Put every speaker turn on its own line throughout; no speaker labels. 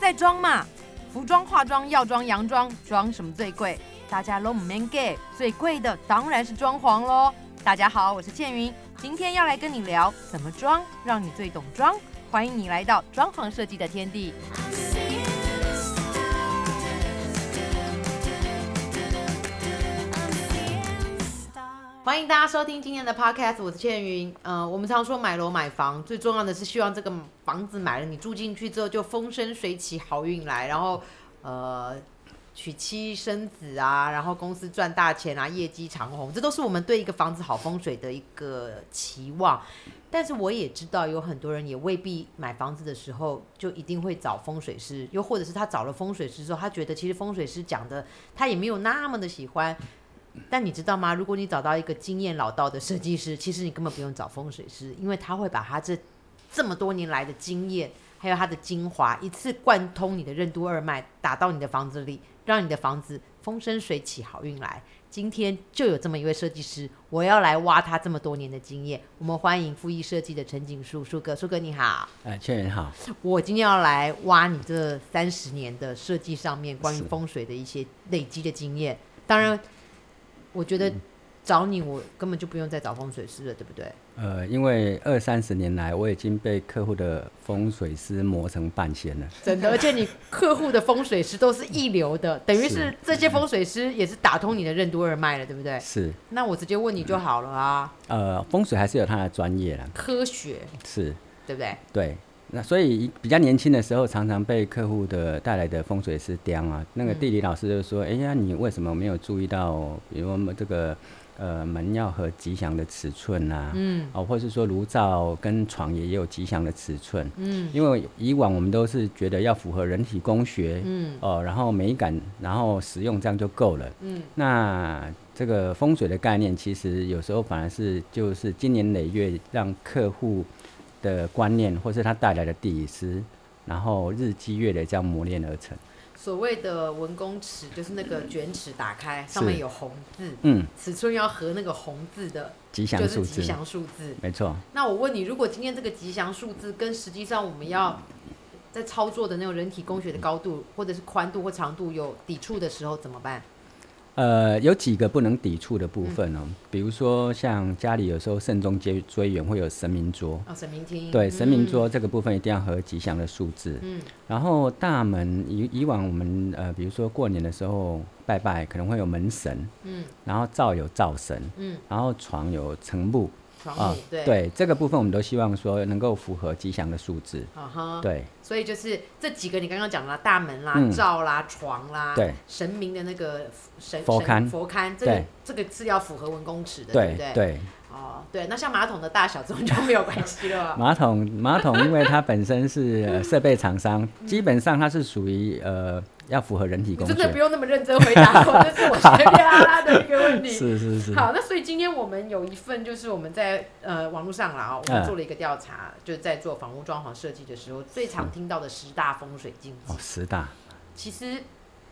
在装嘛。服装、化妆、药妆、洋装，装什么最贵？大家都唔 man gay，最贵的当然是装潢喽。大家好，我是倩云，今天要来跟你聊怎么装，让你最懂装。欢迎你来到装潢设计的天地。欢迎大家收听今天的 podcast，我是倩云。呃，我们常说买楼买房，最重要的是希望这个房子买了，你住进去之后就风生水起，好运来，然后呃娶妻生子啊，然后公司赚大钱啊，业绩长虹，这都是我们对一个房子好风水的一个期望。但是我也知道，有很多人也未必买房子的时候就一定会找风水师，又或者是他找了风水师之后，他觉得其实风水师讲的他也没有那么的喜欢。但你知道吗？如果你找到一个经验老道的设计师， 其实你根本不用找风水师，因为他会把他这这么多年来的经验，还有他的精华，一次贯通你的任督二脉，打到你的房子里，让你的房子风生水起，好运来。今天就有这么一位设计师，我要来挖他这么多年的经验。我们欢迎复艺设计的陈景树树哥，树哥你好。
哎，倩云好，
我今天要来挖你这三十年的设计上面关于风水的一些累积的经验。当然，我觉得找你我根本就不用再找风水师了，对不对？
呃，因为二三十年来，我已经被客户的风水师磨成半仙了。
真的，而且你客户的风水师都是一流的，等于是
是
这些风水师也是打通你的任督二脉了，对不对？
是，
那我直接问你就好了啊，
呃，风水还是有它的专业啦。
科学
是，
对不对？
对。那所以比较年轻的时候，常常被客户的带来的风水师刁啊。那个地理老师就说：“哎、呀，你为什么没有注意到，比如我们这个呃门要和吉祥的尺寸啊？
嗯
哦，或是说炉灶跟床也有吉祥的尺寸。
嗯
因为以往我们都是觉得要符合人体工学，
嗯
哦，然后美感，然后实用，这样就够了。
嗯，
那这个风水的概念，其实有时候反而是就是经年累月让客户的观念，或是他带来的地理师，然后日积月累这样磨练而成。
所谓的文公尺就是那个卷尺打开，上面
是
有红字，
嗯，
尺寸要合那个红字的，
吉祥
就是
数
吉
字，
祥数字。
没错，
那我问你，如果今天这个吉祥数字跟实际上我们要在操作的那种人体工学的高度，或者是宽度或长度有抵触的时候怎么办？
呃，有几个不能抵触的部分哦，
嗯
比如说像家里有时候慎终追追远会有神明桌，
啊，神明厅。
对，神明桌这个部分一定要和吉祥的数字。
嗯。
然后大门以以往我们呃，比如说过年的时候拜拜，可能会有门神，
嗯
然后灶有灶神，
嗯，
然后床有层木
床
啊
椅，对。
这个部分我们都希望说能够符合吉祥的数字。
啊哈，
对，
所以就是这几个你刚刚讲的啦，大门啦、
嗯
罩啦、床啦，
对，
神明的那个神
佛
神
龛
佛龛，这个
对
这个是要符合文公尺的，不对？
对对，
哦，对，那像马桶的大小这种就没有关系 了吧。
马桶马桶，因为它本身 是呃设备厂商，基本上它是属于呃要符合人体
你
工
嗯真的不
学。
用那么认真回答我，这是我 随便拉拉的一个问题。
是是是，
好，那所以今天我们有一份，就是我们在呃网络上啦，哦我们
嗯
做了一个调查，就是在做房屋装潢设计的时候，最常听到的十大风水禁忌
哦，。十大
其实，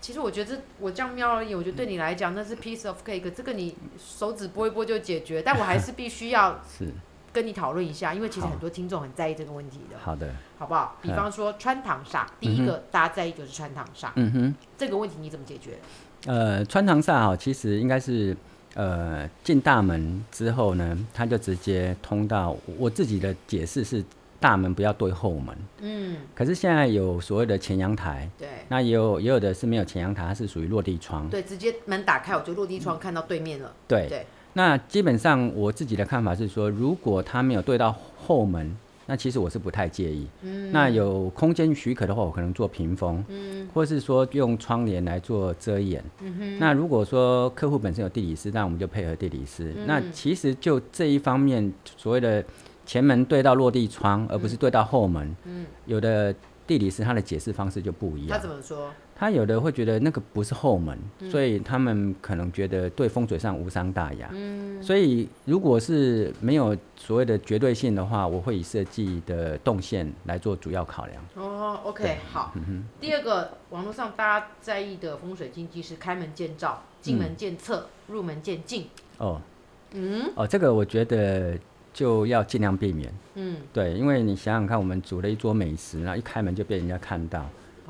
其实我觉得这我这样瞄了一眼，我觉得对你来讲那是 piece of cake，这个你手指拨一拨就解决，但我还是必须要
是
跟你讨论一下，因为其实
好
很多听众很在意这个问题的，
好的，
好不好？比
嗯
方说穿堂煞，第一个大家在意就是穿堂煞，
嗯哼。
这个问题你怎么解决？
呃，穿堂煞哈，其实应该是呃进大门之后呢，它就直接通到我自己的解释是大门不要对后门。
嗯，
可是现在有所谓的前阳台，
对。
那也有也有的是没有前阳台，它是属于落地窗。
对，直接门打开，我就落地窗看到对面了。
对，
对
那基本上我自己的看法是说，如果它没有对到后门，那其实我是不太介意。嗯，那有空间许可的话，我可能做屏风，嗯，或是说用窗帘来做遮掩。嗯哼。那如果说客户本身有地理师，那我们就配合地理师。那其实就这一方面，所谓的前门对到落地窗，而不是对到后门，嗯，有的地理师他的解释方式就不一样。
他怎么说？
他有的会觉得那个不是后门，
嗯
所以他们可能觉得对风水上无伤大雅。嗯，所以如果是没有所谓的绝对性的话，我会以设计的动线来做主要考量。
哦，OK，好。
嗯
第二个，网络上大家在意的风水禁忌是开门见照、进
嗯
门见侧、入门见进。
哦，嗯，哦，这个我觉得就要尽量避免。
嗯，
对，因为你想想看，我们煮了一桌美食，然后一开门就被人家看到，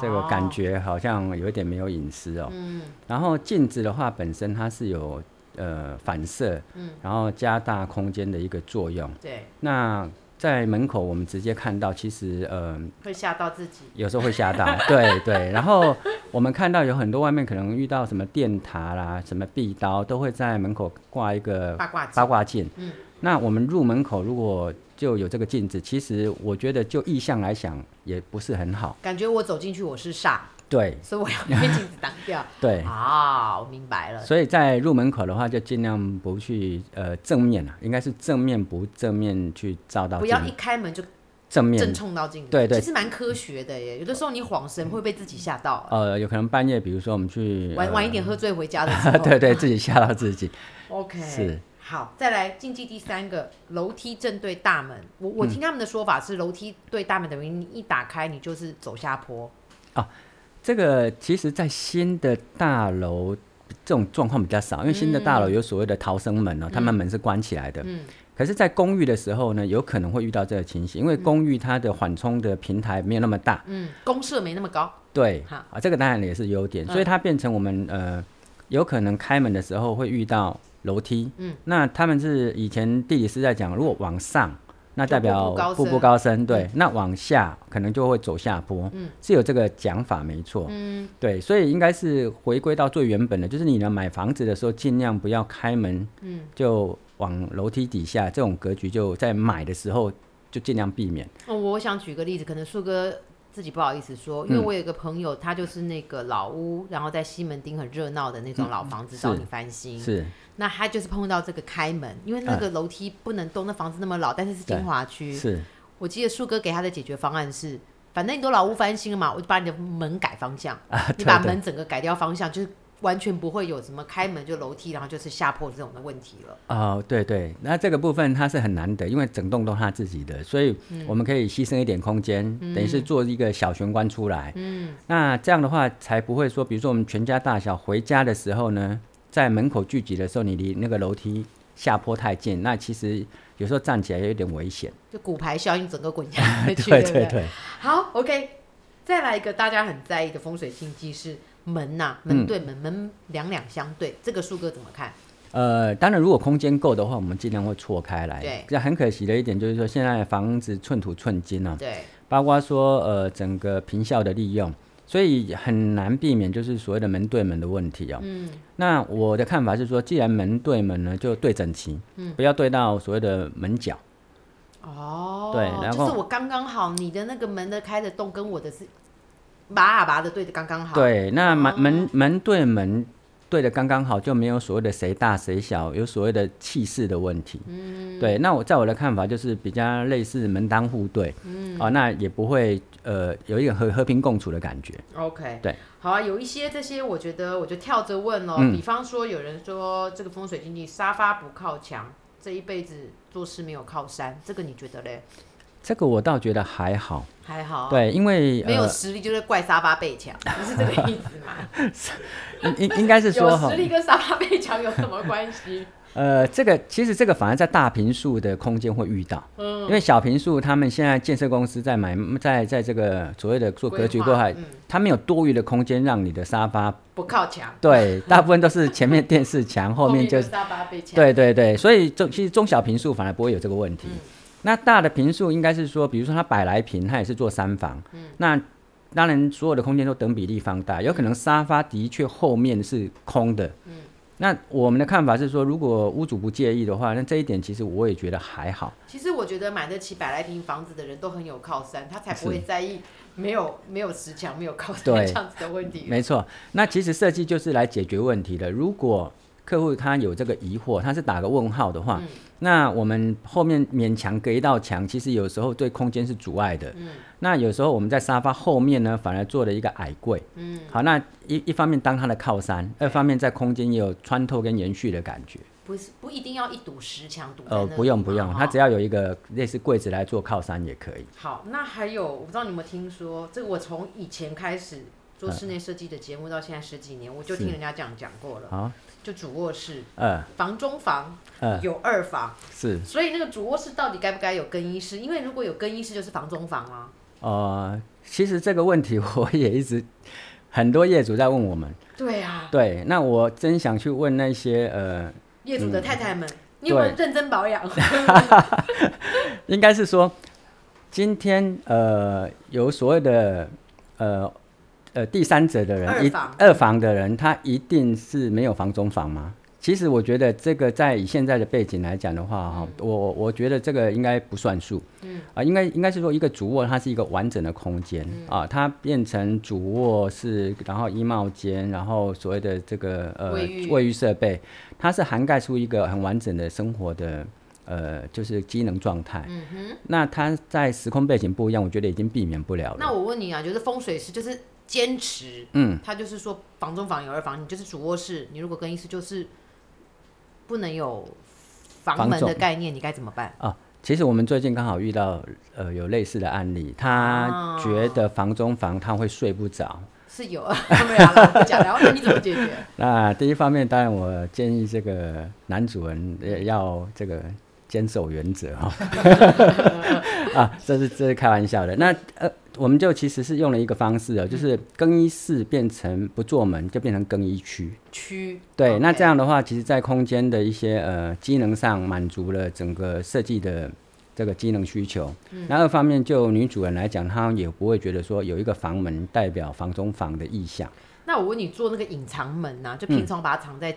这个感觉好像有一点没有隐私哦。
嗯
然后镜子的话，本身它是有呃反射，
嗯，
然后加大空间的一个作用。
对，
那在门口我们直接看到，其实呃
会吓到自己。
有时候会吓到， 对对。然后我们看到有很多外面可能遇到什么电塔啦、什么壁刀，都会在门口挂一个
八卦镜
呃八卦镜。
嗯，
那我们入门口如果就有这个镜子，其实我觉得就意向来想也不是很好。
感觉我走进去我是煞，
对
所 以我要被镜子挡掉。
对。
啊，我明白了。
所以在入门口的话，就尽量不去呃正面啊，应该是正面不正面去照到
不
镜
要一开门就
正面
正冲到镜子，
对对
其实蛮科学的耶。有的时候你晃神会被自己吓到，
呃，有可能半夜，比如说我们去
晚
呃
晚一点喝醉回家的时候，
对对，自己吓到自己。
，OK，
是
好，再来禁忌第三个，楼梯正对大门。我
嗯
我听他们的说法是，楼梯对大门等于你一打开你就是走下坡，
这个其实，在新的大楼这种状况比较少，因为新的大楼有所谓的逃生门哦，他们门是关起来的。
嗯
可是，在公寓的时候呢，有可能会遇到这个情形，因为公寓它的缓冲的平台没有那么大，
嗯，公社没那么高，
对
好
啊，这个当然也是优点，
嗯
所以它变成我们呃，有可能开门的时候会遇到楼梯。
嗯，
那他们是以前地理师在讲，如果往上，那代
就步步
表
高升
步步高升，对，那往下可能就会走下坡，
嗯，
是有这个讲法没错，
嗯，
对，所以应该是回归到最原本的，就是你呢买房子的时候尽量不要开门，
嗯，
就往楼梯底下这种格局，就在买的时候就尽量避免。
哦我想举个例子，可能树哥自己不好意思说，因为
嗯
我有一个朋友，他就是那个老屋，然后在西门町很热闹的那种老房子
嗯是
找你翻新，
是，嗯
那他就是碰到这个开门，因为那个楼梯不能动，那房子那么老，但是是金华区。
是，
我记得树哥给他的解决方案是，反正你都老屋翻新了嘛，我就把你的门改方向，你
啊对
把
对
门整个改掉方向，就是完全不会有什么开门就楼梯，然后就是下坡这种的问题了。
哦，对对，那这个部分它是很难得，因为整栋都他自己的，所以
嗯
我们可以牺牲一点空间，等于是做一个小玄关出来。
嗯，
那这样的话才不会说，比如说我们全家大小回家的时候呢，在门口聚集的时候，你离那个楼梯下坡太近，那其实有时候站起来有点危险。
就骨牌效应整个滚下去，
对
不
对对，
好，OK，再来一个大家很在意的风水禁忌是门呐、
嗯
门对门，门两两相对，这个树哥怎么看？
呃，当然如果空间够的话，我们尽量会错开来。
对
这很可惜的一点就是说，现在房子寸土寸金啊，
对，
包括说呃整个坪效的利用，所以很难避免就是所谓的门对门的问题哦。
嗯，
那我的看法是说，既然门对门呢，就对整齐，嗯，不要对到所谓的门角。
哦，
对然
就是
后
我刚刚好，你的那个门的开的洞跟我的是拔啊拔的对的刚刚好，，
对，那门、
哦
门门对门对的刚刚好，就没有所谓的谁大谁小，有所谓的气势的问题。嗯，对。那我在我的看法就是比较类似门当户对，嗯，哦，那也不会呃有一个和和平共处的感觉。
OK，
对，嗯
好啊，有一些这些，我觉得我就跳着问哦。比方说，有人说这个风水经济，沙发不靠墙，这一辈子做事没有靠山，这个你觉得嘞？
这个我倒觉得还好，
还好啊，
对，因为
没有
呃
实力就是怪沙发被 墙，不是这个意思吗？
应应应该是说
有
哈
实，力跟沙发被墙有什么关系？
呃，这个其实这个反而在大平数的空间会遇到，因为小平数他们现在建设公司在买在在这个所谓的做格局
规
规
划
划
嗯，
他们有多余的空间让你的沙发，
不靠墙，
对，大部分都是前面电视墙， 后面就
就沙发被墙。，
对对对，所以中其实中小平数反而不会有这个问题。
嗯
那大的平数应该是说，比如说它百来平，它也是做三房，那当然所有的空间都等比例放大，有可能沙发的确后面是空的。那我们的看法是说，如果屋主不介意的话，那这一点其实我也觉得还好。
其实我觉得买得起百来平房子的人都很有靠山，他才不
是
会在意没有没有石墙、没有靠山
对
这样子的问题。
没错，那其实设计就是来解决问题的。如果客户他有这个疑惑，他是打个问号的话，
嗯
那我们后面勉强隔一道墙，其实有时候对空间是阻碍的。
嗯
那有时候我们在沙发后面呢，反而做了一个矮柜。
嗯，
好，那一一方面当它的靠山，二方面在空间也有穿透跟延续的感觉。
不是不一定要一堵石墙堵在
呃，
那
不
里
用
嘛
不用，
哈
它只要有一个类似柜子来做靠山也可以。
好，那还有，我不知道你有没有听说，这个我从以前开始做室内设计的节目到现在十几年，我就是听人家讲讲过了，
好，
就主卧室、
呃
房中房
呃，
有二房，
是
所以那个主卧室到底该不该有更衣室？因为如果有更衣室，就是房中房啊。
呃，其实这个问题 我也一直很多业主在问我们。
对啊，
对，那我真想去问那些呃，
业主的太太们，你有没有
嗯对
认真保养？
应该是说今天呃有所谓的呃呃第三者的
二
人，一
房
二房的人，他一定是没有房中房吗？其实我觉得这个在以现在的背景来讲的话，哈、
嗯
我我觉得这个应该不算数，嗯啊、应该应该是说一个主卧它是一个完整的空间、
嗯
啊，它变成主卧是，然后衣帽间，然后所谓的这个呃
卫浴
卫浴设备，它是涵盖出一个很完整的生活的呃就是机能状态，嗯哼，那它在时空背景不一样，我觉得已经避免不了了。
那我问你啊，就是风水师就是坚持，
嗯，
他就是说房中房有二房，你就是主卧室，你如果更衣室就是不能有房门
房
的
总
概念，你该怎么办？
啊，其实我们最近刚好遇到呃有类似的案例，他觉得房中房他会睡不着。
是有， 他们俩不讲，然后那你怎么解决？
那第一方面，当然我建议这个男主人也要这个坚守原则哈、哦。啊，这是这是开玩笑的。那呃，我们就其实是用了一个方式哦，就是更衣室变成不做门，就变成更衣区。
区
对，那
OK
这样的话，其实在空间的一些呃机能上满足了整个设计的这个机能需求。
嗯
那二方面，就女主人来讲，她也不会觉得说有一个房门代表房中房的意向。
那我问你，做那个隐藏门呐、啊就平常把它藏在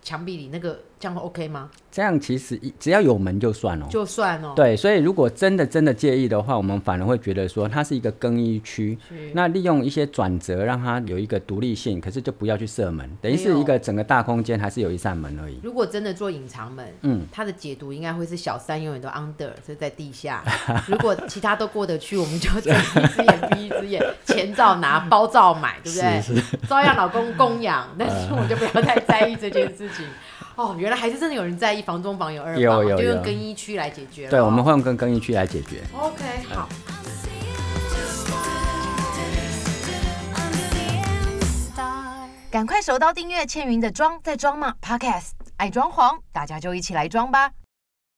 墙壁里，那个这样 OK 吗？
这样其实一只要有门就算了、
就算哦，
对，所以如果真的真的介意的话，我们反而会觉得说它是一个更衣区，
去
那利用一些转折让它有一个独立性，可是就不要去射门，等于
没
是
有
一个整个大空间还是有一扇门而已。
如果真的做隐藏门，嗯，它的解读应该会是小三永远都 under，所以在地下。如果其他都过得去，我们就睁一只眼闭一只眼， 钱照拿，包照买，对不对？
是是，啊
照样老公供 养，但是我就不要太在意这件事情。 哦，原来还是真的有人在意房中房有二
有
房，
有
就
有
用更衣区来解决了哦。
对，我们会用跟更衣区来解决。
OK 好。
赶快手刀订阅倩云的“装在装嘛 ”Podcast，爱装潢，大家就一起来装吧！